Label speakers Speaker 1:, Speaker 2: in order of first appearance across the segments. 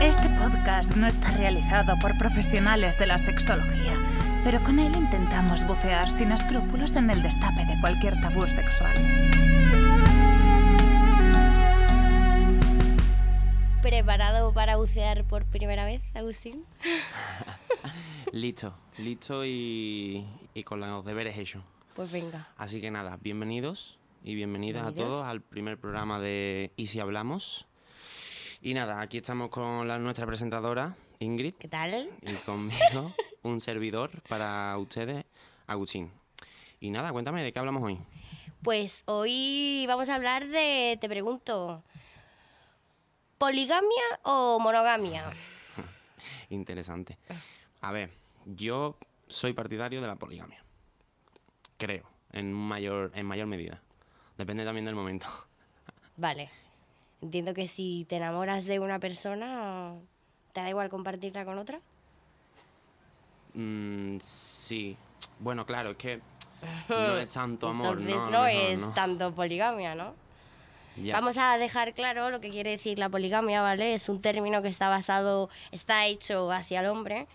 Speaker 1: Este tratado por profesionales de la sexología, pero con él intentamos bucear sin escrúpulos en el destape de cualquier tabú sexual.
Speaker 2: ¿Preparado para bucear por primera vez, Agustín?
Speaker 3: listo, listo y, y con los deberes hechos.
Speaker 2: Pues venga.
Speaker 3: Así que nada, bienvenidos y bienvenidas a todos al primer programa de Y si hablamos. Y nada, aquí estamos con la, nuestra presentadora, Ingrid.
Speaker 2: ¿Qué tal?
Speaker 3: Y conmigo, un servidor para ustedes, Agustín. Y nada, cuéntame, ¿de qué hablamos hoy?
Speaker 2: Pues hoy vamos a hablar de, te pregunto, ¿poligamia o monogamia?
Speaker 3: Interesante. A ver, yo soy partidario de la poligamia. Creo, en mayor, en mayor medida. Depende también del momento.
Speaker 2: Vale. Entiendo que si te enamoras de una persona, ¿te da igual compartirla con otra?
Speaker 3: Mm, sí. Bueno, claro, es que no es tanto amor.
Speaker 2: Entonces no,
Speaker 3: no, no,
Speaker 2: es
Speaker 3: no.
Speaker 2: tanto poligamia, ¿no?
Speaker 3: Ya.
Speaker 2: Vamos a dejar claro lo que quiere decir la poligamia, ¿vale? Es un término que está basado, está hecho hacia el hombre,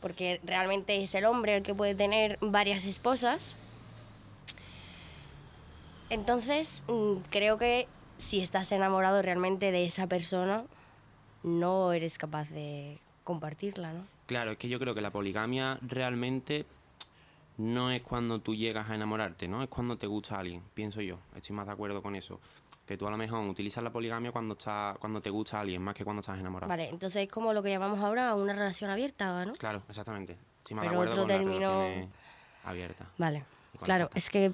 Speaker 2: porque realmente es el hombre el que puede tener varias esposas. Entonces, mm, creo que si estás enamorado realmente de esa persona, no eres capaz de compartirla, ¿no?
Speaker 3: Claro, es que yo creo que la poligamia realmente no es cuando tú llegas a enamorarte, ¿no? Es cuando te gusta alguien, pienso yo. Estoy más de acuerdo con eso. Que tú a lo mejor utilizas la poligamia cuando, está, cuando te gusta alguien, más que cuando estás enamorado.
Speaker 2: Vale, entonces es como lo que llamamos ahora una relación abierta, ¿no?
Speaker 3: Ah. Claro, exactamente. Estoy más
Speaker 2: Pero
Speaker 3: de
Speaker 2: otro
Speaker 3: acuerdo con las
Speaker 2: término-
Speaker 3: relaciones abiertas.
Speaker 2: Vale,
Speaker 3: ¿Y cuál
Speaker 2: claro,
Speaker 3: falta?
Speaker 2: es que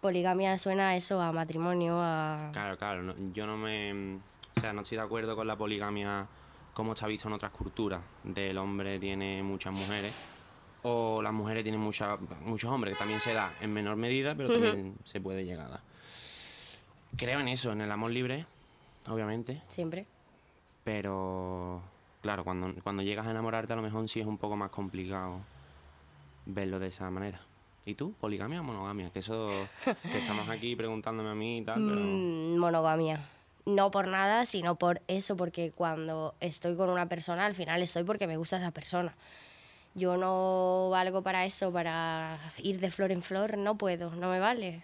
Speaker 2: poligamia suena a eso, a matrimonio, a...
Speaker 3: Claro, claro. no- yo no me. O sea, no estoy de acuerdo con la poligamia como está visto en otras culturas. Del hombre tiene muchas mujeres. O las mujeres tienen muchas muchos hombres, que también se da en menor medida, pero también se puede llegar a dar. Creo en eso, en el amor libre, obviamente.
Speaker 2: Siempre.
Speaker 3: Pero claro, cuando, cuando llegas a enamorarte, a lo mejor sí es un poco más complicado verlo de esa manera. ¿Y tú? ¿Poligamia o monogamia? Que eso. que estamos aquí preguntándome a mí y tal, pero.
Speaker 2: Mm, monogamia. No por nada, sino por eso, porque cuando estoy con una persona, al final estoy porque me gusta esa persona. Yo no valgo para eso, para ir de flor en flor, no puedo, no me vale.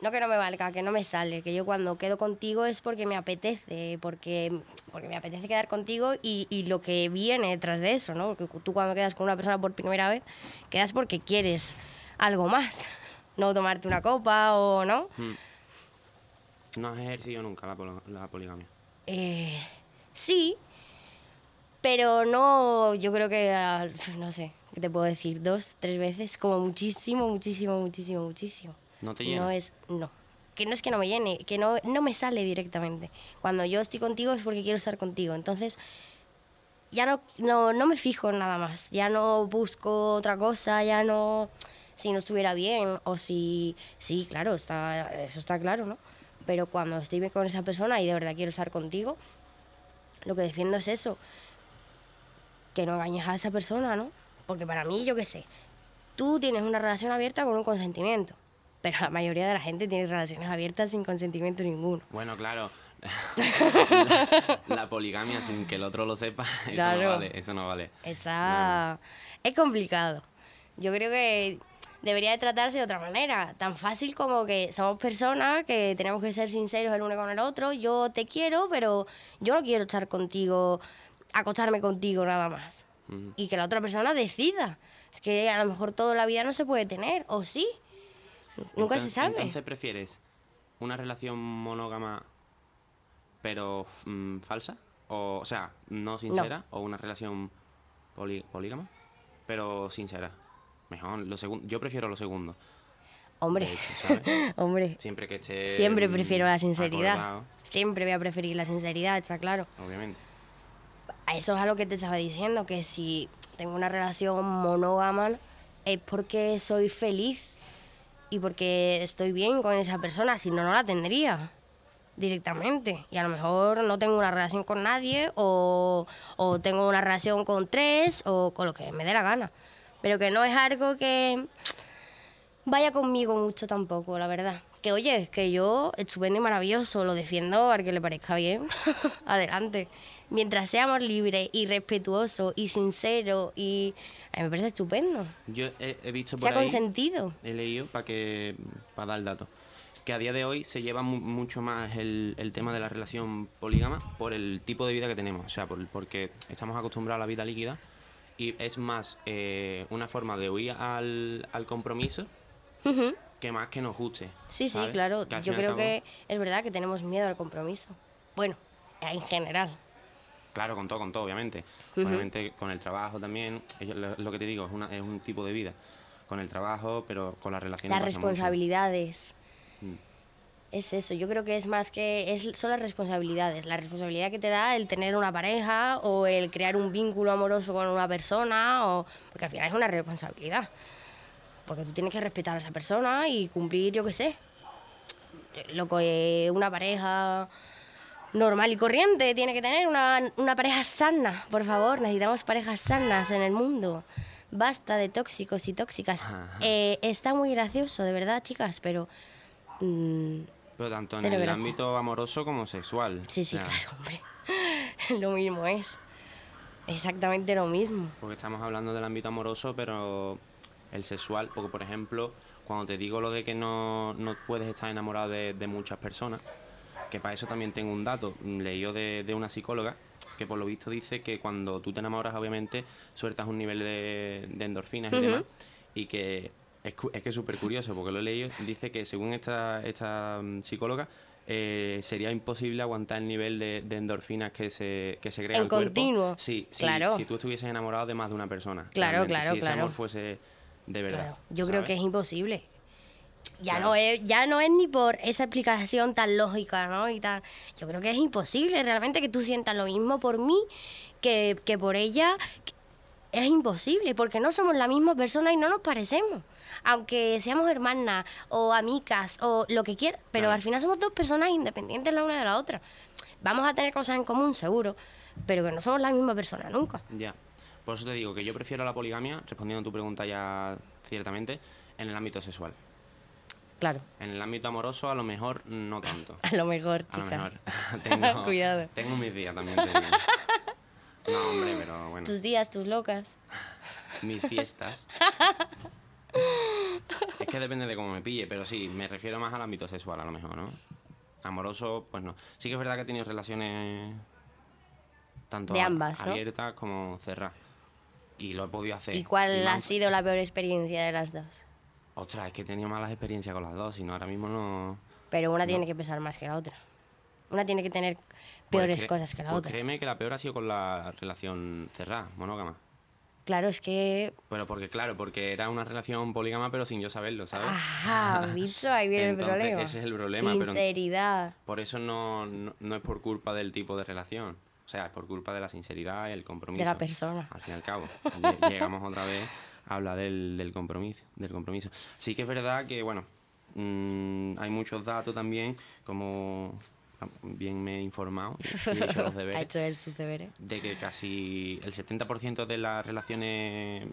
Speaker 2: No que no me valga, que no me sale, que yo cuando quedo contigo es porque me apetece, porque, porque me apetece quedar contigo y, y lo que viene detrás de eso, ¿no? Porque tú cuando quedas con una persona por primera vez, quedas porque quieres algo más, no tomarte una copa o no.
Speaker 3: Hmm. No has ejercido nunca la, polo- la poligamia.
Speaker 2: Eh, sí, pero no, yo creo que, ah, no sé, ¿qué te puedo decir? Dos, tres veces, como muchísimo, muchísimo, muchísimo, muchísimo.
Speaker 3: No te llena.
Speaker 2: No es, no. Que no es que no me llene, que no, no me sale directamente. Cuando yo estoy contigo es porque quiero estar contigo. Entonces, ya no, no, no me fijo en nada más. Ya no busco otra cosa, ya no. Si no estuviera bien, o si. Sí, claro, está, eso está claro, ¿no? Pero cuando estoy bien con esa persona y de verdad quiero estar contigo, lo que defiendo es eso. Que no engañes a esa persona, ¿no? Porque para mí, yo qué sé, tú tienes una relación abierta con un consentimiento. Pero la mayoría de la gente tiene relaciones abiertas sin consentimiento ninguno.
Speaker 3: Bueno, claro. la, la poligamia sin que el otro lo sepa, eso
Speaker 2: Claro.
Speaker 3: no vale, eso no vale.
Speaker 2: Está... Es complicado. Yo creo que debería de tratarse de otra manera. Tan fácil como que somos personas que tenemos que ser sinceros el uno con el otro. Yo te quiero, pero yo no quiero estar contigo, acostarme contigo nada más.
Speaker 3: Ujú.
Speaker 2: Y que la otra persona decida. Es que a lo mejor toda la vida no se puede tener, o sí. Nunca se
Speaker 3: Entonces-
Speaker 2: sabe.
Speaker 3: Entonces prefieres una relación monógama pero mm, falsa, o, o sea, no sincera, o una relación poli- polígama pero sincera. Mejor, lo segun- yo prefiero lo segundo. de
Speaker 2: Hombre,
Speaker 3: hecho, ¿sabes?
Speaker 2: hombre.
Speaker 3: Siempre que esté.
Speaker 2: Siempre
Speaker 3: mm,
Speaker 2: prefiero la sinceridad.
Speaker 3: acordado,
Speaker 2: Siempre voy a preferir la sinceridad, está claro.
Speaker 3: obviamente.
Speaker 2: A eso es a lo que te estaba diciendo, que si tengo una relación monógama es porque soy feliz y porque estoy bien con esa persona, si no, no la tendría directamente. Y a lo mejor no tengo una relación con nadie o, o tengo una relación con tres o con lo que me dé la gana. Pero que no es algo que vaya conmigo mucho tampoco, la verdad. Que oye, que yo, estupendo y maravilloso, lo defiendo al que le parezca bien. Adelante. Mientras seamos libres y respetuosos y sinceros y... A mí me parece estupendo.
Speaker 3: Yo he, he visto
Speaker 2: Se
Speaker 3: por
Speaker 2: ha
Speaker 3: ahí,
Speaker 2: consentido.
Speaker 3: he leído para que para dar datos, que a día de hoy se lleva mu- mucho más el, el tema de la relación polígama por el tipo de vida que tenemos, o sea, por- porque estamos acostumbrados a la vida líquida y es más eh, una forma de huir al, al compromiso
Speaker 2: Ujú.
Speaker 3: que más que nos guste.
Speaker 2: Sí, sí,
Speaker 3: ¿sabes?
Speaker 2: claro.
Speaker 3: Que al
Speaker 2: Yo
Speaker 3: fin y al
Speaker 2: creo que
Speaker 3: cabo-
Speaker 2: es verdad que tenemos miedo al compromiso. Bueno, en general.
Speaker 3: Claro, con todo, con todo, obviamente.
Speaker 2: Ujú.
Speaker 3: Obviamente con el trabajo también, es lo, lo que te digo, es, una- es un tipo de vida. Con el trabajo, pero con las relaciones.
Speaker 2: Las
Speaker 3: pasa mucho.
Speaker 2: responsabilidades.
Speaker 3: Mm.
Speaker 2: Es eso, yo creo que es más que es, son las responsabilidades. La responsabilidad que te da el tener una pareja o el crear un vínculo amoroso con una persona, o, porque al final es una responsabilidad. Porque tú tienes que respetar a esa persona y cumplir, yo qué sé, lo que eh, una pareja normal y corriente tiene que tener, una, una pareja sana, por favor, necesitamos parejas sanas en el mundo. Basta de tóxicos y tóxicas.
Speaker 3: Ajá.
Speaker 2: Eh, está muy gracioso, de verdad, chicas, pero... mm,
Speaker 3: Pero tanto en
Speaker 2: Cero
Speaker 3: el
Speaker 2: gracia.
Speaker 3: ámbito amoroso como sexual.
Speaker 2: Sí, sí,
Speaker 3: o sea,
Speaker 2: claro, hombre. Lo mismo es. Exactamente lo mismo.
Speaker 3: Porque estamos hablando del ámbito amoroso, pero el sexual, porque por ejemplo, cuando te digo lo de que no, no puedes estar enamorado de, de muchas personas, que para eso también tengo un dato, leí yo de, de una psicóloga que por lo visto dice que cuando tú te enamoras, obviamente, sueltas un nivel de, de endorfinas y demás, y que es, cu- es que es súper curioso, porque lo he leído, dice que según esta, esta mm, psicóloga, eh, sería imposible aguantar el nivel de, de endorfinas que se, que se crea
Speaker 2: En
Speaker 3: el cuerpo.
Speaker 2: continuo.
Speaker 3: Sí, sí,
Speaker 2: Claro.
Speaker 3: si tú estuvieses enamorado de más de una persona.
Speaker 2: Claro,
Speaker 3: realmente,
Speaker 2: claro,
Speaker 3: si
Speaker 2: claro.
Speaker 3: ese amor fuese de verdad.
Speaker 2: Claro, Yo creo que es
Speaker 3: ¿sabes?
Speaker 2: imposible. Ya,
Speaker 3: Claro.
Speaker 2: no es, ya no es ni por esa explicación tan lógica, ¿no? Y tan, yo creo que es imposible realmente que tú sientas lo mismo por mí que, que por ella. Es imposible, porque no somos la misma persona y no nos parecemos. Aunque seamos hermanas o amigas o lo que quieras, pero
Speaker 3: Claro.
Speaker 2: al final somos dos personas independientes la una de la otra. Vamos a tener cosas en común, seguro, pero que no somos la misma persona nunca.
Speaker 3: Ya. Por eso te digo que yo prefiero la poligamia, respondiendo a tu pregunta ya ciertamente, en el ámbito sexual.
Speaker 2: Claro,
Speaker 3: En el ámbito amoroso, a lo mejor no tanto.
Speaker 2: a lo mejor,
Speaker 3: A lo
Speaker 2: chicas.
Speaker 3: mejor. tengo,
Speaker 2: Cuidado.
Speaker 3: Tengo mis días también. tengo. No, hombre, pero bueno.
Speaker 2: Tus días, tus locas.
Speaker 3: Mis fiestas. es que depende de cómo me pille, pero sí, me refiero más al ámbito sexual, a lo mejor, ¿no? Amoroso, pues no. Sí que es verdad que he tenido relaciones tanto
Speaker 2: De
Speaker 3: a-
Speaker 2: ambas, ¿no?
Speaker 3: abiertas como cerradas. Y lo he podido hacer.
Speaker 2: ¿Y cuál
Speaker 3: me
Speaker 2: ha
Speaker 3: han-
Speaker 2: sido la peor experiencia de las dos?
Speaker 3: Ostras, es que he tenido malas experiencias con las dos, si no, ahora mismo no...
Speaker 2: Pero una tiene que pesar más que la otra. Una tiene que tener
Speaker 3: Pues
Speaker 2: peores
Speaker 3: cre-
Speaker 2: cosas que la
Speaker 3: pues
Speaker 2: otra.
Speaker 3: créeme que la peor ha sido con la relación cerrada, monógama.
Speaker 2: Claro, es que...
Speaker 3: Pero porque, claro, porque era una relación polígama, pero sin yo saberlo, ¿sabes?
Speaker 2: Ah, Ajá, bicho, ahí viene
Speaker 3: Ah.
Speaker 2: el
Speaker 3: Entonces,
Speaker 2: problema.
Speaker 3: ese es el problema, pero-
Speaker 2: Sinceridad.
Speaker 3: Por eso no, no, no es por culpa del tipo de relación. O sea, es por culpa de la sinceridad y el compromiso.
Speaker 2: De la persona.
Speaker 3: Al fin y al cabo. Lle- Llegamos otra vez a hablar del, del compromiso, del compromiso. Sí que es verdad que, bueno, mm, hay muchos datos también, como bien me he informado y he hecho los
Speaker 2: ha
Speaker 3: deberes,
Speaker 2: hecho él sus deberes.
Speaker 3: de que casi el 70% de las relaciones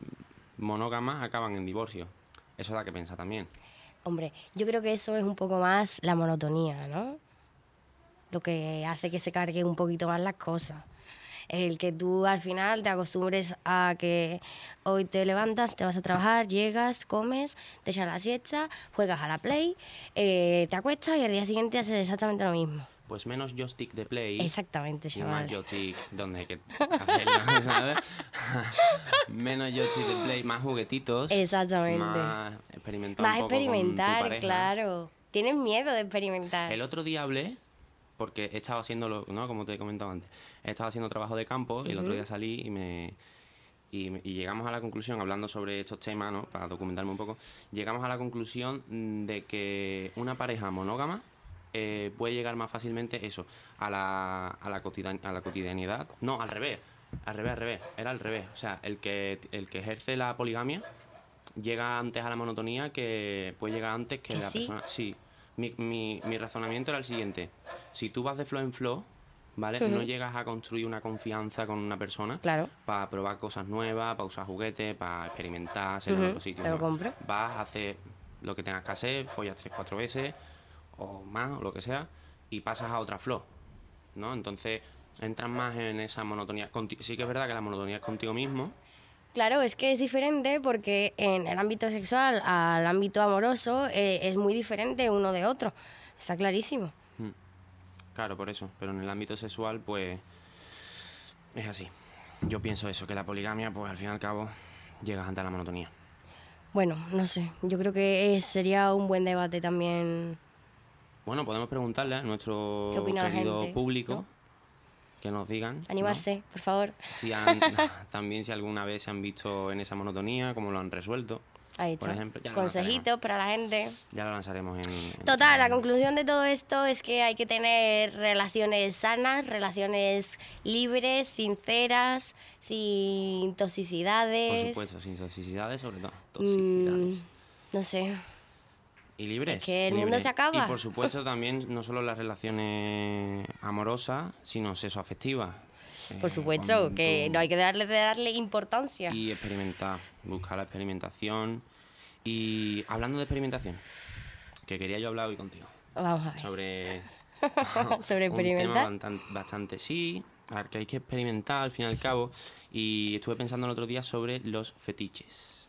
Speaker 3: monógamas acaban en divorcio. Eso da que pensar también.
Speaker 2: Hombre, yo creo que eso es un poco más la monotonía, ¿no? Lo que hace que se cargue un poquito más las cosas. El que tú al final te acostumbres a que hoy te levantas, te vas a trabajar, llegas, comes, te echas la siesta, juegas a la play, eh, te acuestas y al día siguiente haces exactamente lo mismo.
Speaker 3: Pues menos joystick de play.
Speaker 2: Exactamente,
Speaker 3: Y más
Speaker 2: chaval.
Speaker 3: joystick donde hay que hacerlo, ¿sabes? Menos joystick de play, más juguetitos.
Speaker 2: Exactamente.
Speaker 3: Más experimentar.
Speaker 2: Más
Speaker 3: un poco con tu
Speaker 2: experimentar,
Speaker 3: pareja.
Speaker 2: claro. Tienes miedo de experimentar.
Speaker 3: El otro día hablé, porque he estado haciendo, lo- ¿no? como te he comentado antes, he estado haciendo trabajo de campo y el otro día salí y me... Y, me- y llegamos a la conclusión, hablando sobre estos temas, ¿no? para documentarme un poco, llegamos a la conclusión mm, de que una pareja monógama eh, puede llegar más fácilmente eso, a la, a, la cotidia- a la cotidianidad. No, al revés, al revés, al revés, era al revés. O sea, el que, el que ejerce la poligamia llega antes a la monotonía que puede llegar antes que,
Speaker 2: ¿Que
Speaker 3: la
Speaker 2: sí?
Speaker 3: persona. Sí. Mi, mi- mi razonamiento era el siguiente. Si tú vas de flow en flow, ¿vale? No llegas a construir una confianza con una persona
Speaker 2: Claro.
Speaker 3: para probar cosas nuevas, para usar juguetes, para experimentar, hacer
Speaker 2: Ujú,
Speaker 3: en otro sitio.
Speaker 2: te lo
Speaker 3: ¿no?
Speaker 2: compro.
Speaker 3: Vas a hacer lo que tengas que hacer, follas tres, cuatro veces o más o lo que sea y pasas a otra flor, ¿no? Entonces entras más en esa monotonía. Conti- sí que es verdad que la monotonía es contigo mismo,
Speaker 2: Claro, es que es diferente porque en el ámbito sexual al ámbito amoroso eh, es muy diferente uno de otro. Está clarísimo.
Speaker 3: claro, por eso, pero en el ámbito sexual pues es así. Yo pienso eso, que la poligamia pues al fin y al cabo llegas ante la monotonía.
Speaker 2: Bueno, no sé. Yo creo que es- sería un buen debate también.
Speaker 3: Bueno, podemos preguntarle a nuestro
Speaker 2: ¿Qué opina la
Speaker 3: querido
Speaker 2: gente?
Speaker 3: público
Speaker 2: ¿No?
Speaker 3: que nos digan ¿no?
Speaker 2: Animarse, por favor.
Speaker 3: si han- también si alguna vez se han visto en esa monotonía, cómo lo han resuelto.
Speaker 2: Ahí
Speaker 3: Por
Speaker 2: está.
Speaker 3: ejemplo, ya lo
Speaker 2: Consejitos para la gente.
Speaker 3: Ya lo lanzaremos en... en-
Speaker 2: Total, la conclusión de todo esto es que hay que tener relaciones sanas, relaciones libres, sinceras, sin
Speaker 3: Por
Speaker 2: toxicidades.
Speaker 3: supuesto, sin toxicidades sobre todo.
Speaker 2: Mm,
Speaker 3: Toxicidades.
Speaker 2: no sé.
Speaker 3: Y libres.
Speaker 2: que el mundo
Speaker 3: libres.
Speaker 2: se acaba.
Speaker 3: Y por supuesto también no solo las relaciones amorosas, sino sexoafectivas. Eh,
Speaker 2: Por supuesto, que no hay que darle, darle importancia.
Speaker 3: Y experimentar, buscar la experimentación. Y hablando de experimentación, que quería yo hablar hoy contigo.
Speaker 2: Vamos a ver.
Speaker 3: Sobre
Speaker 2: Sobre
Speaker 3: Un tema
Speaker 2: experimentar.
Speaker 3: bastante, bastante sí, a ver, que hay que experimentar al fin y al cabo. Y estuve pensando el otro día sobre los fetiches.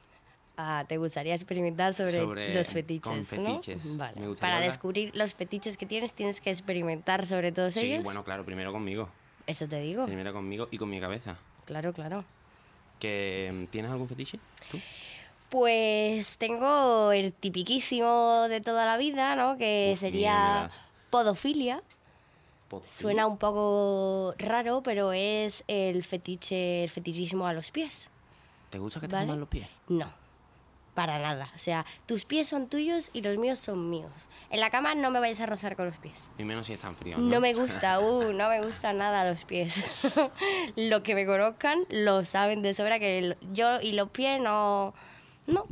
Speaker 2: Ah, te gustaría experimentar sobre,
Speaker 3: Sobre-
Speaker 2: los fetiches,
Speaker 3: con
Speaker 2: ¿no?
Speaker 3: fetiches.
Speaker 2: Vale.
Speaker 3: Me gustaría
Speaker 2: Para
Speaker 3: hablar.
Speaker 2: descubrir los fetiches que tienes, tienes que experimentar sobre todos
Speaker 3: Sí,
Speaker 2: ellos.
Speaker 3: bueno, claro, primero conmigo.
Speaker 2: Eso te digo.
Speaker 3: Primero conmigo y con mi cabeza.
Speaker 2: Claro, claro.
Speaker 3: Que, em, ¿Tienes algún fetiche? ¿Tú?
Speaker 2: Pues tengo el tipiquísimo de toda la vida, ¿no? Que
Speaker 3: Uf, mira, me
Speaker 2: sería
Speaker 3: das.
Speaker 2: podofilia.
Speaker 3: Pues sí.
Speaker 2: Suena un poco raro, pero es el fetiche, el fetichismo a los pies.
Speaker 3: ¿Te gusta que te
Speaker 2: ¿Vale?
Speaker 3: coman los pies?
Speaker 2: No, para nada. O sea, tus pies son tuyos y los míos son míos. En la cama no me vayas a rozar con los pies.
Speaker 3: Y menos si están fríos. No,
Speaker 2: No me gusta, uh, no me gusta nada los pies. lo que me conozcan lo saben de sobra que el- yo y los pies no... No,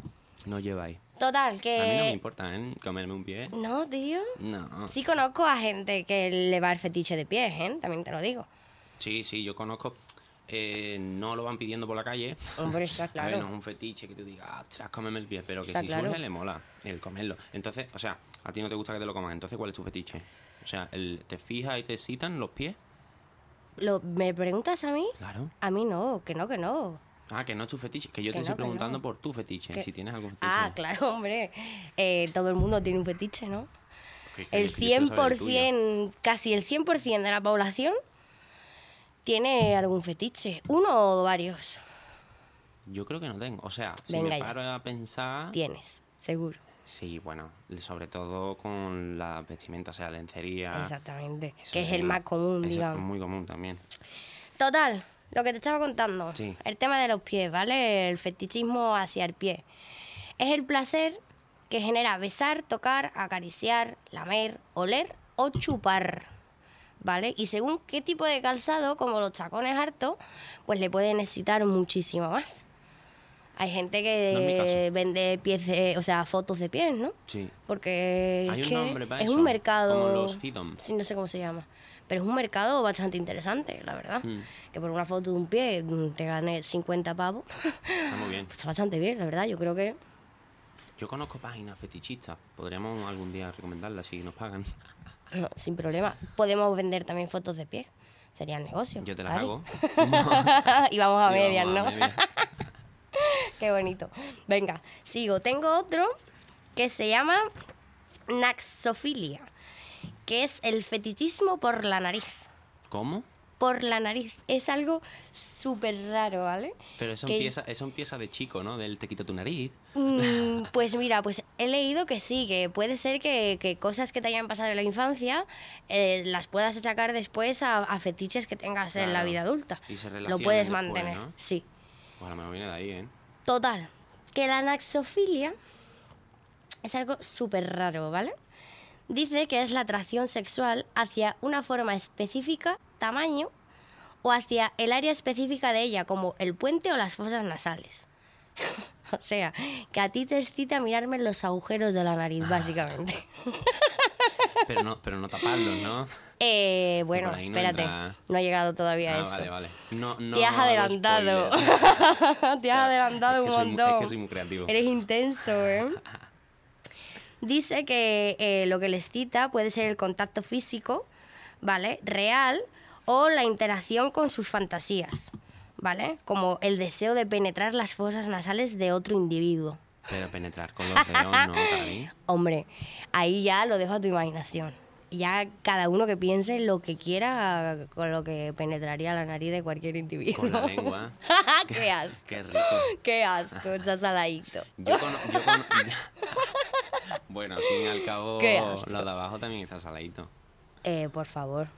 Speaker 3: No lleváis.
Speaker 2: total,
Speaker 3: A mí no me
Speaker 2: que...
Speaker 3: importa, ¿eh? Comerme un pie.
Speaker 2: No, tío.
Speaker 3: No.
Speaker 2: Sí conozco a gente que le va el fetiche de pies, ¿eh? También te lo digo.
Speaker 3: Sí, sí, yo conozco. eh, no lo van pidiendo por la calle.
Speaker 2: Hombre, está
Speaker 3: A ver, no
Speaker 2: claro.
Speaker 3: es un fetiche que tú digas, "Ah, ostras, cómeme el pie, pero que
Speaker 2: Está
Speaker 3: si
Speaker 2: claro.
Speaker 3: surge le mola el comerlo. Entonces, o sea, a ti no te gusta que te lo coman, entonces, ¿cuál es tu fetiche? O sea, el, ¿te fijas y te excitan los pies?
Speaker 2: Lo- ¿Me preguntas a mí?
Speaker 3: Claro.
Speaker 2: A mí no, que no, que no.
Speaker 3: Ah, que no es tu fetiche, que yo te
Speaker 2: Que
Speaker 3: estoy
Speaker 2: no, que
Speaker 3: preguntando
Speaker 2: no.
Speaker 3: por tu fetiche,
Speaker 2: Que-
Speaker 3: si tienes algún fetiche.
Speaker 2: Ah, claro, hombre. Eh, todo el mundo tiene un fetiche, ¿no?
Speaker 3: Que- que-
Speaker 2: El
Speaker 3: que yo quiero saber el tuyo.
Speaker 2: 100%, casi el 100% de la población tiene algún fetiche. Uno o varios
Speaker 3: Yo creo que no tengo. O sea, si
Speaker 2: Venga
Speaker 3: me
Speaker 2: ya.
Speaker 3: paro a pensar.
Speaker 2: tienes, seguro.
Speaker 3: Sí, bueno, sobre todo con la vestimenta, o sea, lencería.
Speaker 2: Exactamente.
Speaker 3: eso
Speaker 2: Que es el
Speaker 3: una-
Speaker 2: más común,
Speaker 3: eso
Speaker 2: digamos.
Speaker 3: Es muy común también.
Speaker 2: Total, lo que te estaba contando.
Speaker 3: Sí.
Speaker 2: El tema de los pies, ¿vale? El fetichismo hacia el pie. Es el placer que genera besar, tocar, acariciar, lamer, oler o chupar. ¿Vale? Y según qué tipo de calzado, como los tacones hartos, pues le pueden excitar muchísimo más. Hay gente
Speaker 3: No es mi
Speaker 2: que
Speaker 3: caso.
Speaker 2: vende pies, de- o sea, fotos de pies, ¿no?
Speaker 3: Sí.
Speaker 2: Porque
Speaker 3: Hay
Speaker 2: es,
Speaker 3: un
Speaker 2: que
Speaker 3: nombre para
Speaker 2: es
Speaker 3: eso,
Speaker 2: un mercado.
Speaker 3: como los Fidom.
Speaker 2: Sí, no sé cómo se llama. Pero es un mercado bastante interesante, la verdad.
Speaker 3: Mm.
Speaker 2: Que por una foto de un pie mm, te gane 50 pavos.
Speaker 3: Está muy bien.
Speaker 2: Está bastante bien, la verdad. Yo creo que.
Speaker 3: Yo conozco páginas fetichistas. Podríamos algún día recomendarlas si nos pagan.
Speaker 2: no, mm, sin problema. Podemos vender también fotos de pie. Sería el negocio.
Speaker 3: Yo te las
Speaker 2: Ari.
Speaker 3: hago.
Speaker 2: y vamos a
Speaker 3: Y vamos
Speaker 2: medias,
Speaker 3: a
Speaker 2: ¿no?
Speaker 3: medias.
Speaker 2: Qué bonito. Venga, sigo. Tengo otro que se llama naxofilia, que es el fetichismo por la nariz.
Speaker 3: ¿Cómo?
Speaker 2: por la nariz. Es algo súper raro, ¿vale?
Speaker 3: Pero eso
Speaker 2: Que-
Speaker 3: empieza, eso empieza de chico, ¿no? Del te quita tu nariz.
Speaker 2: Mm, pues mira, pues he leído que sí, que puede ser que, que cosas que te hayan pasado en la infancia eh, las puedas achacar después a, a fetiches que tengas en la
Speaker 3: Claro.
Speaker 2: vida adulta.
Speaker 3: Y se
Speaker 2: Lo
Speaker 3: relacionan
Speaker 2: puedes
Speaker 3: después,
Speaker 2: mantener,
Speaker 3: ¿no?
Speaker 2: sí.
Speaker 3: Bueno, me viene de ahí, ¿eh?
Speaker 2: Total, que la anaxofilia es algo súper raro, ¿vale? Dice que es la atracción sexual hacia una forma específica, tamaño o hacia el área específica de ella, como el puente o las fosas nasales. o sea, que a ti te excita mirarme los agujeros de la nariz, básicamente.
Speaker 3: Pero no, pero no taparlos, ¿no?
Speaker 2: Eh, bueno,
Speaker 3: Por ahí no
Speaker 2: espérate, no,
Speaker 3: entra.
Speaker 2: he llegado todavía a
Speaker 3: Ah,
Speaker 2: eso.
Speaker 3: vale, vale. No, no
Speaker 2: Te has
Speaker 3: hago
Speaker 2: adelantado.
Speaker 3: spoilers.
Speaker 2: te has adelantado
Speaker 3: Es que
Speaker 2: un
Speaker 3: soy mu-
Speaker 2: montón.
Speaker 3: es que soy muy creativo.
Speaker 2: Eres intenso, ¿eh? dice que eh, lo que les cita puede ser el contacto físico, ¿vale? Real o la interacción con sus fantasías, ¿vale? Como el deseo de penetrar las fosas nasales de otro individuo.
Speaker 3: Pero penetrar con los dedos, ¿no, Cari?
Speaker 2: Hombre, ahí ya lo dejo a tu imaginación. Ya cada uno que piense lo que quiera con lo que penetraría la nariz de cualquier individuo.
Speaker 3: Con la lengua.
Speaker 2: ¡Qué asco!
Speaker 3: Qué rico.
Speaker 2: ¡Qué asco! Chasaladito.
Speaker 3: Yo cono- yo cono- bueno, al fin y al cabo,
Speaker 2: Qué asco.
Speaker 3: lo de abajo también está saladito.
Speaker 2: Eh, por favor,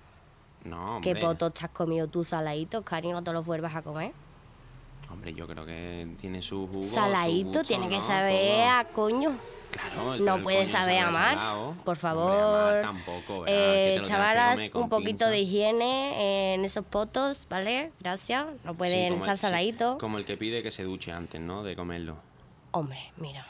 Speaker 3: No, hombre.
Speaker 2: ¿qué potos te has comido tú saladitos, Cari? No te los vuelvas a comer.
Speaker 3: Hombre, yo creo que tiene su jugo. su
Speaker 2: Saladito,
Speaker 3: gusto,
Speaker 2: tiene que
Speaker 3: ¿no?
Speaker 2: saber
Speaker 3: Todo.
Speaker 2: a coño.
Speaker 3: Claro, el- pero
Speaker 2: No
Speaker 3: el
Speaker 2: puede
Speaker 3: coño
Speaker 2: saber
Speaker 3: sabe
Speaker 2: amar,
Speaker 3: salado.
Speaker 2: por favor.
Speaker 3: Hombre, amar tampoco, ¿verdad?
Speaker 2: Eh,
Speaker 3: Que te lo tienes que
Speaker 2: chavalas,
Speaker 3: comer con
Speaker 2: un poquito
Speaker 3: pinzas.
Speaker 2: de
Speaker 3: Sí,
Speaker 2: higiene eh, en esos potos, ¿vale? Gracias. No pueden
Speaker 3: como el-
Speaker 2: estar
Speaker 3: sí,
Speaker 2: saladitos.
Speaker 3: como el que pide que se duche antes, ¿no? De comerlo.
Speaker 2: Hombre, mira,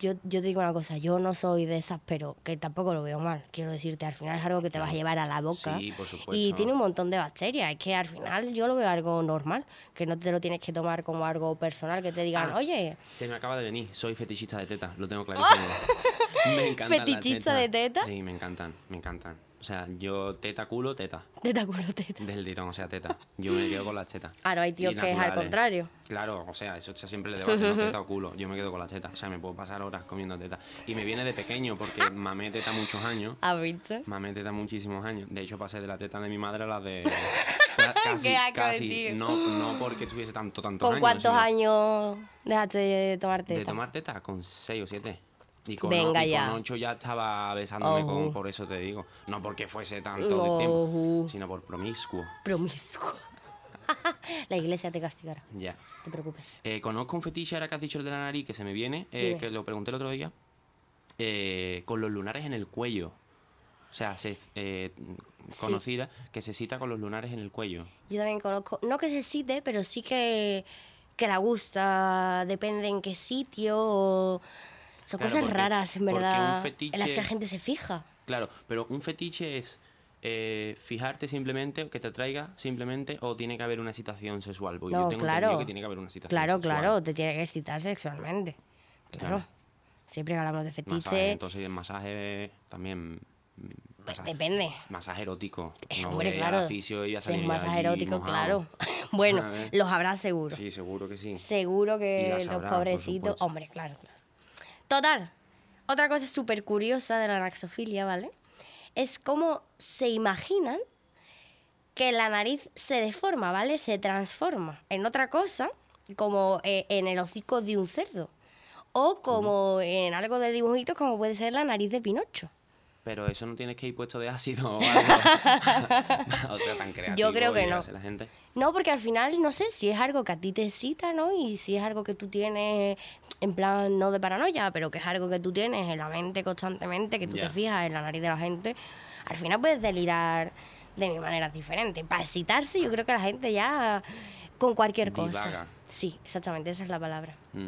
Speaker 2: yo, yo te digo una cosa, yo no soy de esas, pero que tampoco lo veo mal. Quiero decirte, al final es algo que te vas a llevar a la boca.
Speaker 3: Sí, por supuesto.
Speaker 2: Y tiene un montón de bacterias. Es que al final yo lo veo algo normal, que no te lo tienes que tomar como algo personal, que te digan,
Speaker 3: Ah,
Speaker 2: oye,
Speaker 3: Se me acaba de venir, soy fetichista de tetas, lo tengo clarísimo. me encantan las
Speaker 2: ¿Fetichista de
Speaker 3: tetas.
Speaker 2: tetas?
Speaker 3: Sí, me encantan, me encantan. O sea, yo teta, culo, teta.
Speaker 2: te da culo teta.
Speaker 3: Del tirón, o sea, teta. Yo me quedo con las tetas.
Speaker 2: Ah, no, hay
Speaker 3: Y
Speaker 2: tíos que es al
Speaker 3: naturales.
Speaker 2: contrario.
Speaker 3: Claro, o sea, eso se- siempre le debate, no teta o culo. Yo me quedo con las tetas. O sea, me puedo pasar horas comiendo teta. Y me viene de pequeño porque mamé teta muchos años.
Speaker 2: ¿Has visto?
Speaker 3: Mamé teta muchísimos años. De hecho, pasé de la teta de mi madre a la de. la- Casi,
Speaker 2: Qué asco de
Speaker 3: casi.
Speaker 2: tío.
Speaker 3: No, no porque tuviese tanto, tanto
Speaker 2: ¿Con cuántos
Speaker 3: años? sino-
Speaker 2: años dejaste de tomar teta?
Speaker 3: de tomar teta con 6 o 7. Y con,
Speaker 2: Venga ya.
Speaker 3: 8 ya estaba besándome
Speaker 2: Oh.
Speaker 3: con, por eso te digo. No porque fuese tanto de
Speaker 2: Oh.
Speaker 3: tiempo, sino por promiscuo.
Speaker 2: Promiscuo. la iglesia te castigará,
Speaker 3: Ya.
Speaker 2: no te preocupes.
Speaker 3: Eh, conozco un fetiche ahora que has dicho el de la nariz que se me viene, eh,
Speaker 2: Dime.
Speaker 3: que lo pregunté el otro día, eh, con los lunares en el cuello. O sea, se, eh,
Speaker 2: Sí.
Speaker 3: conocida que se cita con los lunares en el cuello.
Speaker 2: Yo también conozco, no que se cite, pero sí que, que la gusta, depende en qué sitio. o- Son
Speaker 3: Claro,
Speaker 2: cosas
Speaker 3: porque-
Speaker 2: raras, en
Speaker 3: porque un
Speaker 2: verdad, en las
Speaker 3: fetiche-
Speaker 2: que la gente se fija.
Speaker 3: Claro, pero un fetiche es eh, fijarte simplemente, que te atraiga simplemente, o tiene que haber una situación sexual. Porque yo
Speaker 2: No,
Speaker 3: tengo
Speaker 2: claro.
Speaker 3: entendido que tiene que haber una situación
Speaker 2: Claro,
Speaker 3: sexual.
Speaker 2: claro, te tiene que excitar sexualmente. Claro.
Speaker 3: Claro.
Speaker 2: Siempre que hablamos de
Speaker 3: Masaje,
Speaker 2: fetiche,
Speaker 3: entonces el masaje también... mm,
Speaker 2: pues,
Speaker 3: masaje-
Speaker 2: depende.
Speaker 3: Masaje erótico.
Speaker 2: Eh,
Speaker 3: No
Speaker 2: hombre,
Speaker 3: voy a ir al
Speaker 2: claro.
Speaker 3: fisio y voy a
Speaker 2: si es
Speaker 3: salir
Speaker 2: más
Speaker 3: allí
Speaker 2: erótico,
Speaker 3: mojado.
Speaker 2: claro. bueno,
Speaker 3: ¿Sabes?
Speaker 2: los habrá seguro.
Speaker 3: Sí, seguro que sí.
Speaker 2: Seguro
Speaker 3: Y
Speaker 2: que
Speaker 3: la
Speaker 2: los
Speaker 3: sabrá, por
Speaker 2: pobrecitos.
Speaker 3: supuesto.
Speaker 2: Hombre, claro, claro. Total. Otra cosa súper curiosa de la anaxofilia, ¿vale? Es cómo se imaginan que la nariz se deforma, ¿vale? Se transforma en otra cosa, como eh, en el hocico de un cerdo. O como en algo de dibujitos, como puede ser la nariz de Pinocho.
Speaker 3: Pero eso no tienes que ir puesto de ácido o algo. o sea, tan creativo.
Speaker 2: Yo creo que
Speaker 3: y
Speaker 2: no.
Speaker 3: hace La gente.
Speaker 2: No, porque al final, no sé, si es algo que a ti te excita, ¿no? Y si es algo que tú tienes, en plan, no de paranoia, pero que es algo que tú tienes en la mente constantemente, que tú
Speaker 3: Ya.
Speaker 2: te fijas en la nariz de la gente, al final puedes delirar de mil maneras diferentes. Para excitarse, yo creo que la gente ya con cualquier cosa.
Speaker 3: Divaga.
Speaker 2: Sí, exactamente, esa es la palabra.
Speaker 3: Mm.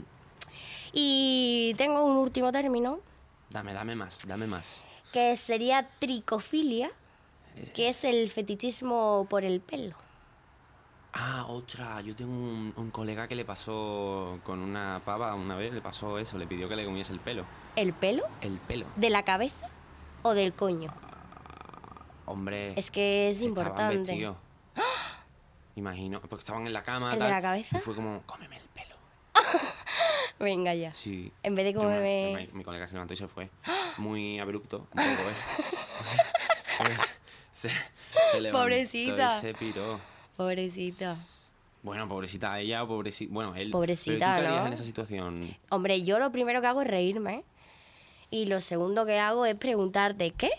Speaker 2: Y tengo un último término,
Speaker 3: Dame, dame más, dame más.
Speaker 2: que sería tricofilia, que es el fetichismo por el pelo.
Speaker 3: Ah, otra. Yo tengo un, un colega que le pasó con una pava una vez, le pasó eso, le pidió que le comiese el pelo.
Speaker 2: ¿El pelo?
Speaker 3: El pelo.
Speaker 2: ¿De la cabeza o del coño?
Speaker 3: Hombre.
Speaker 2: Es que es
Speaker 3: estaban
Speaker 2: importante.
Speaker 3: vestidos. Imagino, porque estaban en la cama.
Speaker 2: ¿El de
Speaker 3: tal,
Speaker 2: la cabeza?
Speaker 3: Y fue como, cómeme el pelo.
Speaker 2: Venga ya.
Speaker 3: Sí.
Speaker 2: En vez de
Speaker 3: Yo me-
Speaker 2: comerme-
Speaker 3: mi- Mi colega se levantó y se fue. Muy abrupto. Un poco, ¿eh? O sea, pues, se, se levantó
Speaker 2: Pobrecita.
Speaker 3: Y se piró.
Speaker 2: Pobrecita.
Speaker 3: Bueno, pobrecita ella o pobrecita. Bueno, él.
Speaker 2: Pobrecita,
Speaker 3: ¿Pero tú qué harías
Speaker 2: ¿no?
Speaker 3: en esa situación?
Speaker 2: Hombre, yo lo primero que hago es reírme. ¿eh? Y lo segundo que hago es preguntarte qué.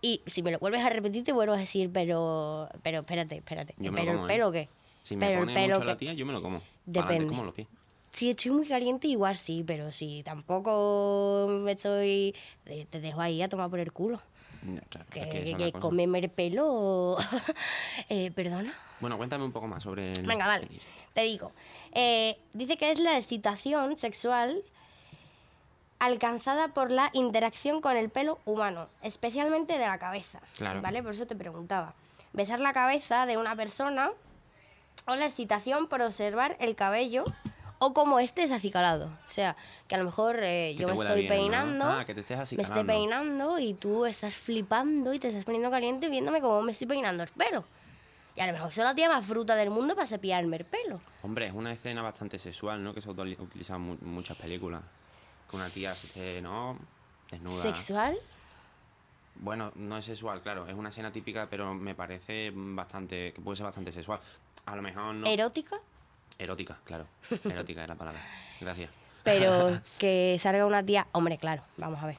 Speaker 2: Y si me lo vuelves a repetir, te vuelvo a decir, pero. Pero espérate, espérate.
Speaker 3: Yo me lo
Speaker 2: ¿Pero
Speaker 3: como,
Speaker 2: el
Speaker 3: ¿eh?
Speaker 2: pelo qué?
Speaker 3: Si me
Speaker 2: pero
Speaker 3: pone
Speaker 2: el pelo
Speaker 3: mucho la
Speaker 2: qué.
Speaker 3: tía, yo me lo como.
Speaker 2: Depende.
Speaker 3: como los pies.
Speaker 2: Si estoy muy caliente, igual sí, pero si tampoco me estoy. eh, Te dejo ahí a tomar por el culo.
Speaker 3: Ya, claro, es
Speaker 2: Que,
Speaker 3: que esa es
Speaker 2: que
Speaker 3: la cosa.
Speaker 2: comerme el pelo. eh, Perdona.
Speaker 3: Bueno, cuéntame un poco más sobre. el-
Speaker 2: Venga, vale. Te digo. Eh, dice que es la excitación sexual alcanzada por la interacción con el pelo humano, especialmente de la cabeza.
Speaker 3: Claro.
Speaker 2: ¿Vale? Por eso te preguntaba. Besar la cabeza de una persona o la excitación por observar el cabello o como estés acicalado. O sea, que a lo mejor eh,
Speaker 3: Que
Speaker 2: yo
Speaker 3: te
Speaker 2: me
Speaker 3: huela
Speaker 2: estoy
Speaker 3: bien, ¿no?
Speaker 2: peinando,
Speaker 3: Ah, que te estés
Speaker 2: me
Speaker 3: acicalando.
Speaker 2: estoy peinando y tú estás flipando y te estás poniendo caliente viéndome cómo me estoy peinando el pelo. Y a lo mejor soy la tía más fruta del mundo para cepillarme el pelo.
Speaker 3: Hombre, es una escena bastante sexual, ¿no? Que se utili- utiliza en mu- muchas películas. Que una tía se esté, ¿no? Desnuda.
Speaker 2: ¿Sexual?
Speaker 3: Bueno, no es sexual, claro. Es una escena típica, pero me parece bastante. que puede ser bastante sexual. A lo mejor no.
Speaker 2: ¿Erótica?
Speaker 3: Erótica, claro. Erótica es la palabra. Gracias.
Speaker 2: Pero que salga una tía, hombre, claro, vamos a ver.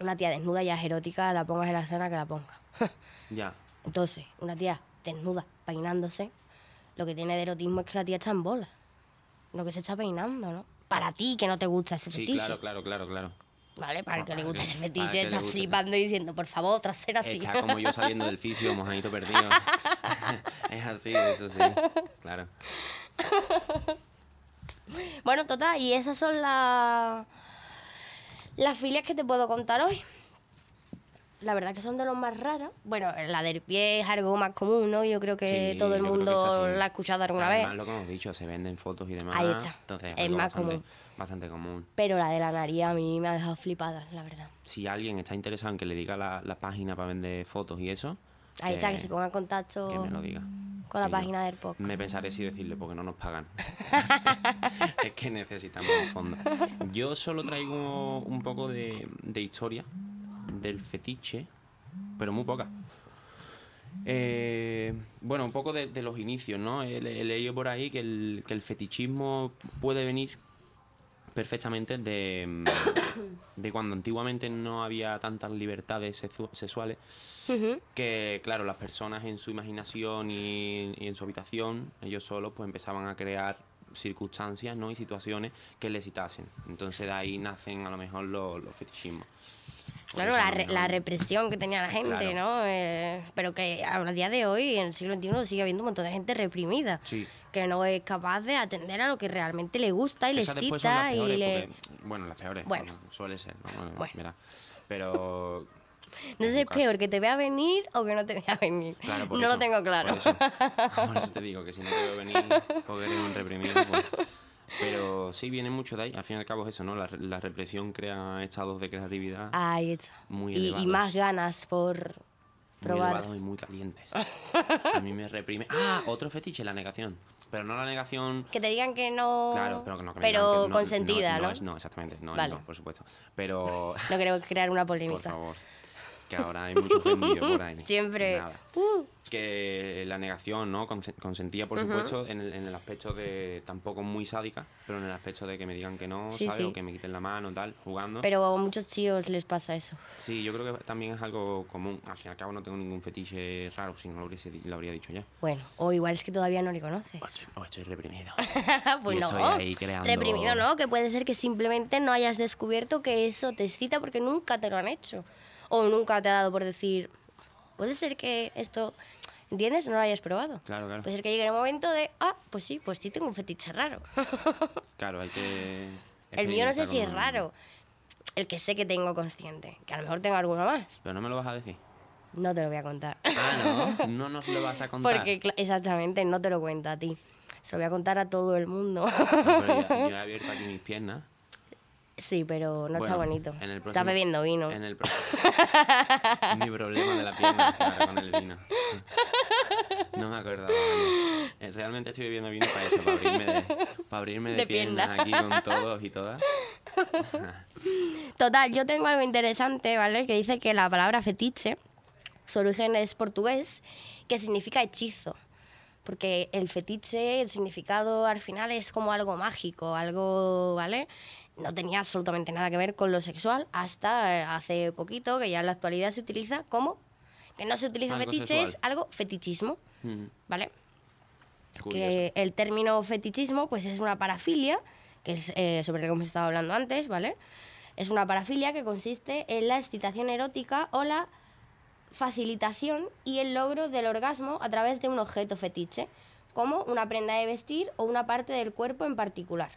Speaker 2: Una tía desnuda ya es erótica, la pongas en la escena que la ponga.
Speaker 3: Ya.
Speaker 2: Entonces, una tía desnuda, peinándose, lo que tiene de erotismo es que la tía está en bola. Lo que se está peinando, ¿no? Para ti que no te gusta ese
Speaker 3: Sí,
Speaker 2: fetiche.
Speaker 3: claro, claro, claro, claro.
Speaker 2: ¿Vale? Para el que le gusta
Speaker 3: Para
Speaker 2: ese
Speaker 3: que- para que
Speaker 2: fetiche,
Speaker 3: le
Speaker 2: está
Speaker 3: guste.
Speaker 2: flipando y diciendo, por favor, trasera así.
Speaker 3: Hecha como yo saliendo del fisio, mojadito perdido. es así, eso sí. Claro.
Speaker 2: Bueno, total, y esas son las las filias que te puedo contar hoy. La verdad que son de los más raros. Bueno, la del pie es algo más común, ¿no? Yo creo que
Speaker 3: Sí,
Speaker 2: todo el
Speaker 3: yo creo que es
Speaker 2: mundo
Speaker 3: así.
Speaker 2: la ha escuchado alguna
Speaker 3: Además,
Speaker 2: vez.
Speaker 3: lo que hemos dicho, se venden fotos y demás.
Speaker 2: Ahí está.
Speaker 3: Entonces,
Speaker 2: Es
Speaker 3: algo
Speaker 2: más
Speaker 3: bastante-
Speaker 2: común.
Speaker 3: Bastante común.
Speaker 2: Pero la de la nariz a mí me ha dejado flipada, la verdad.
Speaker 3: Si alguien está interesado en que le diga la, la página para vender fotos y eso.
Speaker 2: Ahí está, que se ponga en contacto
Speaker 3: que me lo diga.
Speaker 2: con la
Speaker 3: Que yo
Speaker 2: página del podcast.
Speaker 3: Me pensaré si decirle porque no nos pagan. es que necesitamos fondos. Yo solo traigo un poco de, de historia del fetiche, pero muy poca. Eh, bueno, un poco de, de los inicios, ¿no? He, le- he leído por ahí que el, que el fetichismo puede venir perfectamente de, de cuando antiguamente no había tantas libertades sexu- sexuales
Speaker 2: Ujú.
Speaker 3: que claro, las personas en su imaginación y, y en su habitación, ellos solos, pues empezaban a crear circunstancias ¿no? y situaciones que les excitasen. Entonces de ahí nacen a lo mejor los, los fetichismos. Por
Speaker 2: Claro,
Speaker 3: eso, a
Speaker 2: la,
Speaker 3: lo
Speaker 2: re-
Speaker 3: mejor-
Speaker 2: la represión que tenía la gente,
Speaker 3: Claro.
Speaker 2: ¿no? Eh, pero que a día de hoy, en el siglo XXI, sigue habiendo un montón de gente reprimida.
Speaker 3: Sí.
Speaker 2: que no es capaz de atender a lo que realmente le gusta y le
Speaker 3: Esas después son las
Speaker 2: excita y
Speaker 3: peores,
Speaker 2: le...
Speaker 3: porque- bueno, las peores.
Speaker 2: Bueno.
Speaker 3: ¿no? suele ser. ¿no? Bueno,
Speaker 2: Bueno.
Speaker 3: mira. Pero...
Speaker 2: No sé
Speaker 3: en tu
Speaker 2: si es
Speaker 3: caso-
Speaker 2: peor, que te vea venir o que no te vea venir.
Speaker 3: Claro, por
Speaker 2: no lo
Speaker 3: eso,
Speaker 2: tengo claro.
Speaker 3: Por eso. Por eso te digo que si no te veo venir, porque eres un reprimido. pues. Pero sí, viene mucho de ahí. Al fin y al cabo es eso, ¿no? La, re- la represión crea estados de creatividad
Speaker 2: Ahí está.
Speaker 3: Muy
Speaker 2: y, y
Speaker 3: elevados.
Speaker 2: más ganas por
Speaker 3: muy
Speaker 2: probar.
Speaker 3: elevados y muy calientes. A mí me reprime. Ah, otro fetiche, la negación. Pero no la negación
Speaker 2: Que te digan que no...
Speaker 3: Claro, pero, que no, que me
Speaker 2: pero
Speaker 3: digan que no-
Speaker 2: consentida, ¿no?
Speaker 3: es- No, exactamente, no, es
Speaker 2: Vale.
Speaker 3: no, por supuesto. Pero,
Speaker 2: No queremos crear una
Speaker 3: por
Speaker 2: polémica.
Speaker 3: favor, que ahora hay mucho ofendido por ahí.
Speaker 2: Siempre. uh,
Speaker 3: Nada. Que la negación, ¿no? Conse- Consentía, por supuesto, en el, en el aspecto de tampoco muy sádica, pero en el aspecto de que me digan que no,
Speaker 2: Sí,
Speaker 3: ¿sabes?
Speaker 2: sí.
Speaker 3: O que me quiten la mano, tal, jugando.
Speaker 2: Pero a muchos chicos les pasa eso.
Speaker 3: Sí, yo creo que también es algo común. Al fin y al cabo no tengo ningún fetiche raro, si no lo, hubiese di- lo habría dicho ya.
Speaker 2: Bueno, o igual es que todavía no le conoces.
Speaker 3: Pues, oh, estoy reprimido.
Speaker 2: pues
Speaker 3: Y
Speaker 2: no.
Speaker 3: estoy ahí creando-
Speaker 2: Reprimido, ¿no? Que puede ser que simplemente no hayas descubierto que eso te excita porque nunca te lo han hecho. O nunca te ha dado por decir, puede ser que esto, ¿entiendes? No lo hayas probado.
Speaker 3: Claro, claro.
Speaker 2: Puede ser que llegue el momento de, ah, pues sí, pues sí tengo un fetiche raro.
Speaker 3: Claro, hay que...
Speaker 2: el mío no sé
Speaker 3: experimentar
Speaker 2: si es
Speaker 3: con-
Speaker 2: raro. El que sé que tengo consciente. Que a lo mejor tengo alguno más.
Speaker 3: Pero no me lo vas a decir.
Speaker 2: No te lo voy a contar.
Speaker 3: Ah, no, no nos lo vas a contar.
Speaker 2: Porque cla- exactamente no te lo cuento a ti. Se lo voy a contar a todo el mundo.
Speaker 3: Pero ya- yo he abierto aquí mis piernas.
Speaker 2: Sí, pero no está
Speaker 3: Bueno,
Speaker 2: bonito.
Speaker 3: en el
Speaker 2: está
Speaker 3: próximo-
Speaker 2: bebiendo vino.
Speaker 3: En el pro- Mi problema de la pierna, claro, con el vino. No me acordaba. vaya. Eh, Realmente estoy bebiendo vino para eso, para abrirme de, para abrirme de,
Speaker 2: De pierna.
Speaker 3: piernas aquí con todos y todas.
Speaker 2: Total, yo tengo algo interesante, ¿vale? Que dice que la palabra fetiche, su origen es portugués, que significa hechizo. Porque el fetiche, el significado al final es como algo mágico, algo, ¿vale? No tenía absolutamente nada que ver con lo sexual hasta eh, hace poquito, que ya en la actualidad se utiliza como, que no se utiliza
Speaker 3: Algo
Speaker 2: fetiche, es
Speaker 3: sexual.
Speaker 2: algo fetichismo,
Speaker 3: Mm,
Speaker 2: ¿vale?
Speaker 3: curioso.
Speaker 2: que el término fetichismo pues es una parafilia, que es eh, sobre la que hemos estado hablando antes, ¿vale? Es una parafilia que consiste en la excitación erótica o la facilitación y el logro del orgasmo a través de un objeto fetiche, como una prenda de vestir o una parte del cuerpo en particular,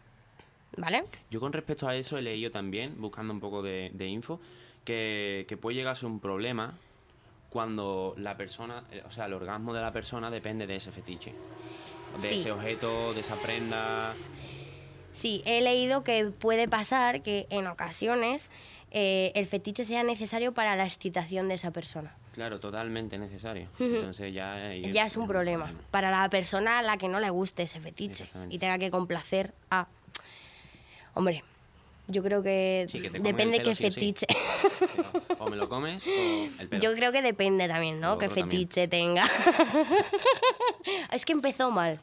Speaker 2: ¿vale?
Speaker 3: Yo con respecto a eso he leído también, buscando un poco de, de info, que, que puede llegar a ser un problema cuando la persona, eh, o sea, el orgasmo de la persona depende de ese fetiche. De
Speaker 2: Sí.
Speaker 3: ese objeto, de esa prenda.
Speaker 2: Sí, he leído que puede pasar que en ocasiones eh, el fetiche sea necesario para la excitación de esa persona.
Speaker 3: Claro, totalmente necesario. Entonces ya... eh,
Speaker 2: Ya es un problema para la persona a la que no le guste ese fetiche
Speaker 3: Exactamente.
Speaker 2: y tenga que complacer a... Hombre, yo creo que,
Speaker 3: Sí, que te comen el
Speaker 2: depende
Speaker 3: pelo
Speaker 2: qué
Speaker 3: sí o sí.
Speaker 2: fetiche...
Speaker 3: O me lo comes o el pelo.
Speaker 2: Yo creo que depende también, ¿no?
Speaker 3: Lo
Speaker 2: Qué
Speaker 3: otro también.
Speaker 2: fetiche tenga. es que empezó mal.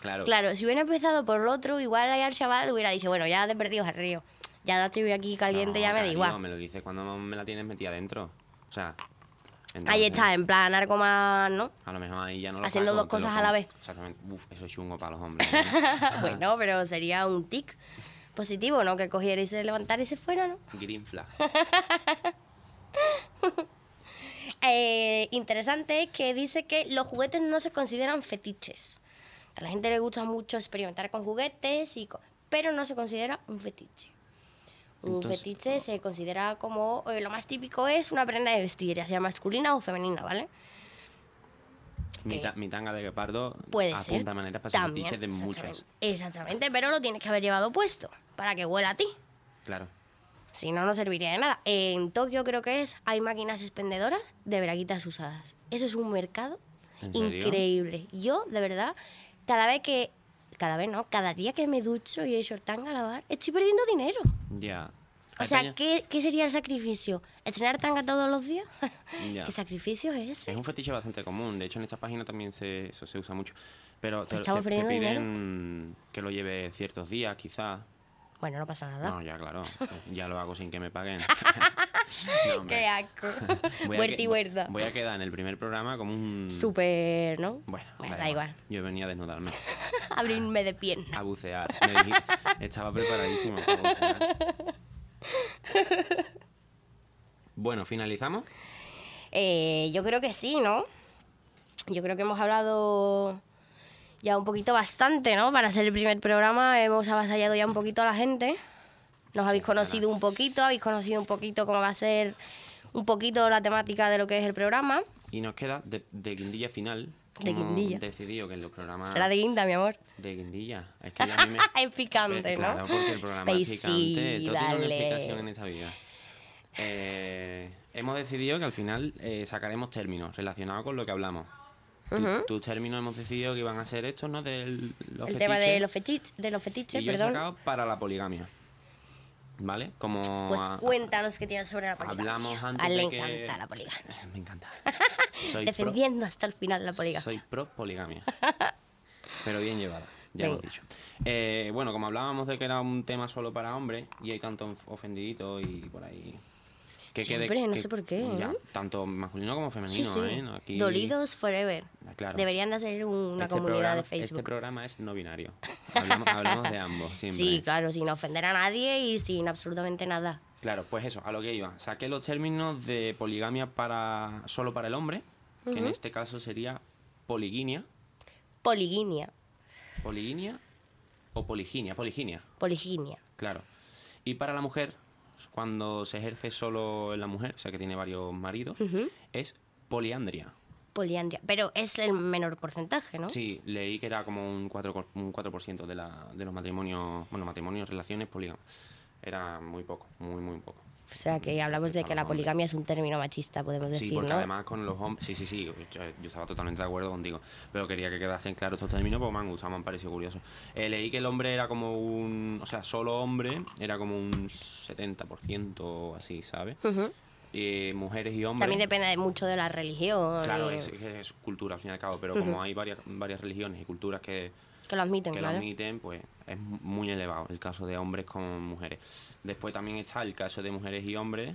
Speaker 3: Claro.
Speaker 2: Claro, si hubiera empezado por lo otro, igual ahí al chaval hubiera dicho, bueno, ya te perdidos al río. Ya estoy aquí caliente,
Speaker 3: No,
Speaker 2: ya me da
Speaker 3: cariño,
Speaker 2: igual.
Speaker 3: me lo dices cuando me la tienes metida dentro. O sea...
Speaker 2: Ahí
Speaker 3: entonces,
Speaker 2: está, en plan narcoman, ¿no?
Speaker 3: A lo mejor ahí ya no lo
Speaker 2: Haciendo
Speaker 3: saco,
Speaker 2: dos
Speaker 3: te lo
Speaker 2: cosas a la
Speaker 3: comes.
Speaker 2: vez.
Speaker 3: Exactamente. Uf, eso es chungo para los hombres. ¿eh? ¿no?
Speaker 2: bueno, pero sería un tic positivo, ¿no? Que cogiera y se levantara y se fuera, ¿no?
Speaker 3: Green flag.
Speaker 2: Eh, interesante es que dice que los juguetes no se consideran fetiches. A la gente le gusta mucho experimentar con juguetes, y co- pero no se considera un fetiche. Un
Speaker 3: Entonces-
Speaker 2: fetiche se considera como eh, lo más típico es una prenda de vestir, ya sea masculina o femenina, ¿vale?
Speaker 3: mi, ta- mi tanga de guepardo
Speaker 2: Puede ser.
Speaker 3: apunta maneras para ser
Speaker 2: también,
Speaker 3: fetiches de muchas.
Speaker 2: exactamente. Exactamente, pero lo tienes que haber llevado puesto para que huela a ti.
Speaker 3: Claro.
Speaker 2: Si no, no serviría de nada. En Tokio creo que es, hay máquinas expendedoras de braguitas usadas. Eso es un mercado
Speaker 3: ¿En serio?
Speaker 2: increíble. Yo, de verdad, cada vez que... Cada vez no, cada día que me ducho y he short tanga a lavar, estoy perdiendo dinero.
Speaker 3: Ya.
Speaker 2: O
Speaker 3: Hay
Speaker 2: sea,
Speaker 3: peña-
Speaker 2: ¿qué, qué sería el sacrificio? ¿Estrenar tanga todos los días?
Speaker 3: Ya.
Speaker 2: ¿Qué sacrificio es ese?
Speaker 3: Es un fetiche bastante común. De hecho, en esta página también se, eso se usa mucho. Pero te,
Speaker 2: Estamos
Speaker 3: te- te
Speaker 2: perdiendo
Speaker 3: piden que lo lleve ciertos días, quizás.
Speaker 2: Bueno, no pasa nada.
Speaker 3: No, ya, claro. Ya lo hago sin que me paguen. No, hombre.
Speaker 2: ¡Qué asco!
Speaker 3: Voy a
Speaker 2: Huerta y
Speaker 3: que-
Speaker 2: huerta.
Speaker 3: Voy a quedar en el primer programa como un...
Speaker 2: Súper, ¿no?
Speaker 3: Bueno,
Speaker 2: Bueno, da igual.
Speaker 3: Yo venía a desnudarme,
Speaker 2: Abrirme de pierna.
Speaker 3: a bucear. Me dij- Estaba preparadísimo para bucear. Bueno, finalizamos.
Speaker 2: Eh, yo creo que sí, ¿no? Yo creo que hemos hablado ya un poquito bastante, ¿no? Para ser el primer programa hemos avasallado ya un poquito a la gente. Nos habéis conocido un poquito, habéis conocido un poquito cómo va a ser un poquito la temática de lo que es el programa.
Speaker 3: Y nos queda de, de guindilla final. que
Speaker 2: De
Speaker 3: hemos
Speaker 2: guindilla.
Speaker 3: decidido que en los programas...
Speaker 2: Será de guinda, mi amor.
Speaker 3: De guindilla. Es que ya a mí me...
Speaker 2: es picante,
Speaker 3: Pe-
Speaker 2: ¿no?
Speaker 3: Claro, porque el programa es picante.
Speaker 2: Spicy,
Speaker 3: Todo tiene una
Speaker 2: dale.
Speaker 3: explicación en esta vida. Eh, hemos decidido que al final eh, sacaremos términos relacionados con lo que hablamos. Tu- Tus términos hemos decidido que iban a ser estos, ¿no? Del los
Speaker 2: El tema de
Speaker 3: fetiches.
Speaker 2: los, fetiches, de los fetiches,
Speaker 3: Y yo he
Speaker 2: perdón.
Speaker 3: sacado para la poligamia. ¿Vale? Como
Speaker 2: Pues
Speaker 3: a-
Speaker 2: cuéntanos qué tienes sobre la poligamia.
Speaker 3: hablamos antes
Speaker 2: a él le
Speaker 3: de que-
Speaker 2: encanta la poligamia.
Speaker 3: Me encanta. Soy pro-
Speaker 2: Defendiendo hasta el final la poligamia.
Speaker 3: soy pro poligamia. Pero bien llevada, ya lo he
Speaker 2: Venga.
Speaker 3: dicho. Eh, bueno, como hablábamos de que era un tema solo para hombres y hay tanto ofendiditos y por ahí.
Speaker 2: Siempre, no sé por qué,
Speaker 3: ya,
Speaker 2: ¿eh?
Speaker 3: tanto masculino como femenino,
Speaker 2: Sí, sí.
Speaker 3: ¿eh? No, aquí-
Speaker 2: Dolidos Forever.
Speaker 3: Ah, claro.
Speaker 2: Deberían de hacer un- una
Speaker 3: Este
Speaker 2: comunidad
Speaker 3: programa-
Speaker 2: de Facebook.
Speaker 3: Este programa es no binario. Hablamos, hablamos de ambos, siempre.
Speaker 2: sí, claro, sin ofender a nadie y sin absolutamente nada.
Speaker 3: Claro, pues eso, a lo que iba. Saqué los términos de poligamia para solo para el hombre, que en este caso sería poliginia,
Speaker 2: Poliginia.
Speaker 3: poliginia o poliginia, poliginia,
Speaker 2: Poliginia.
Speaker 3: claro. Y para la mujer, cuando se ejerce solo en la mujer, o sea que tiene varios maridos, es poliandria.
Speaker 2: Poliandria. Pero es el menor porcentaje, ¿no?
Speaker 3: Sí, leí que era como un 4%, cor- un 4 de, la, de los matrimonios, bueno, matrimonios, relaciones, polígamas. Era muy poco, muy, muy poco.
Speaker 2: O sea, que hablamos de que la poligamia es un término machista, podemos decir,
Speaker 3: sí, porque
Speaker 2: ¿no?
Speaker 3: además con los hombres. Sí, sí, sí. Yo, yo estaba totalmente de acuerdo contigo. Pero quería que quedasen claros estos términos porque me han gustado, me han parecido curiosos. Eh, leí que el hombre era como un. O sea, solo hombre era como un 70% o así, ¿sabes? Eh, mujeres y hombres.
Speaker 2: También depende de mucho de la religión.
Speaker 3: Claro,
Speaker 2: eh,
Speaker 3: es, es- es cultura al fin y al cabo. Pero como hay varias, varias religiones y culturas que,
Speaker 2: Que lo admiten,
Speaker 3: que lo
Speaker 2: ¿vale?
Speaker 3: admiten, pues es muy elevado el caso de hombres con mujeres. Después también está el caso de mujeres y hombres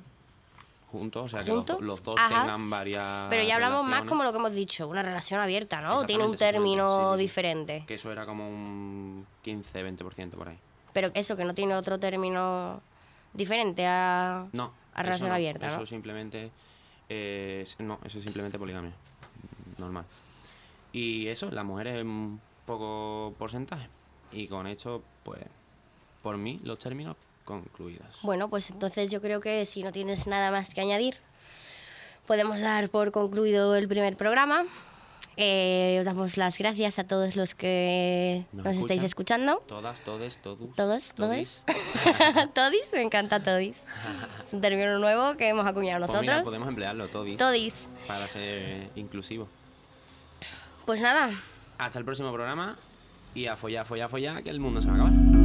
Speaker 3: juntos, o sea, que los,
Speaker 2: ¿Juntos?
Speaker 3: los dos
Speaker 2: Ajá.
Speaker 3: tengan varias.
Speaker 2: Pero ya hablamos más
Speaker 3: relaciones.
Speaker 2: como lo que hemos dicho, una relación abierta, ¿no? Ah, Tiene un
Speaker 3: Exactamente, exactamente,
Speaker 2: término
Speaker 3: sí, sí, sí.
Speaker 2: diferente.
Speaker 3: Que eso era como un 15-20% por ahí.
Speaker 2: Pero eso, que no tiene otro término diferente a,
Speaker 3: No.
Speaker 2: a
Speaker 3: eso
Speaker 2: relación
Speaker 3: no,
Speaker 2: abierta,
Speaker 3: Eso
Speaker 2: ¿no?
Speaker 3: simplemente. eh, es- no, eso es simplemente poligamia. Normal. Y eso, las mujeres un poco porcentaje. Y con esto, pues. Por mí, los términos concluidos.
Speaker 2: Bueno, pues entonces yo creo que si no tienes nada más que añadir, podemos dar por concluido el primer programa. Eh, os damos las gracias a todos los que
Speaker 3: Nos
Speaker 2: nos, estáis escuchando.
Speaker 3: Todas, todes, todos.
Speaker 2: Todos, todes. todis, me encanta todis. Es un término nuevo que hemos acuñado
Speaker 3: Pues mira,
Speaker 2: nosotros.
Speaker 3: podemos emplearlo, todis.
Speaker 2: todis.
Speaker 3: Para ser inclusivo.
Speaker 2: Pues nada,
Speaker 3: Hasta el próximo programa y a follar, follar, follar, que el mundo se va a acabar.